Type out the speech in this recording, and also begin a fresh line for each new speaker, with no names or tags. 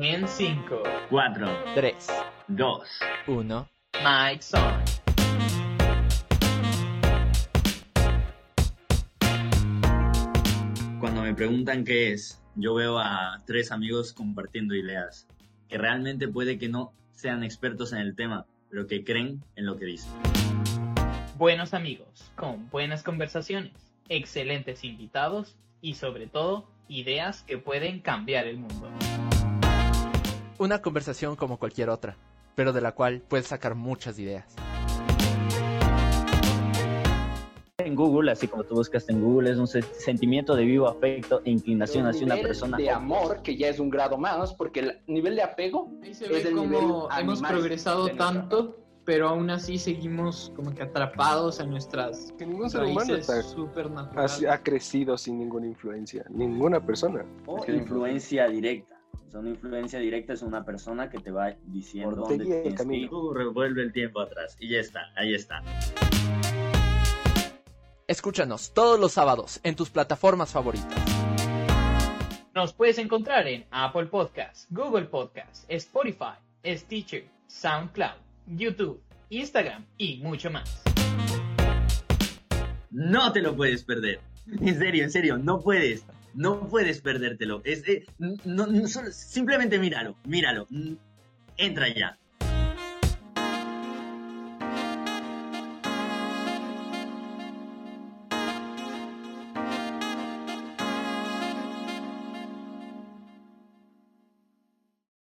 En 5,
4,
3,
2.
1.
Mike Son.
Cuando me preguntan qué es, yo veo a tres amigos compartiendo ideas, que realmente puede que no sean expertos en el tema, pero que creen en lo que dicen.
Buenos amigos, con buenas conversaciones, excelentes invitados y sobre todo ideas que pueden cambiar el mundo.
Una conversación como cualquier otra, pero de la cual puedes sacar muchas ideas.
En Google, así como tú buscas en Google, es un se- sentimiento de vivo afecto e inclinación
un
hacia una
nivel
persona.
de amor que ya es un grado más porque el nivel de apego
Ahí se
Es
ve
del
como
nivel
hemos
animal
progresado
de nuestra
tanto, pero aún así seguimos como que atrapados a nuestras
Que ningún ser humano
raíces
está,
supernaturales.
así- ha, crecido sin ninguna influencia, ninguna persona.
O influencia directa. O sea, una influencia directa es una persona que te va diciendo
Por- te
dónde
guía el
tienes que
camino.
ir. Tú Uh, Revuelve el tiempo atrás y ya está, ahí está.
Escúchanos todos los sábados en tus plataformas favoritas.
Nos puedes encontrar en Apple Podcasts, Google Podcasts, Spotify, Stitcher, SoundCloud, YouTube, Instagram y mucho más.
No te lo puedes perder. En serio, en serio, no puedes. No puedes perdértelo. Es, eh, no, no- solo- simplemente míralo, míralo. Mm, Entra ya.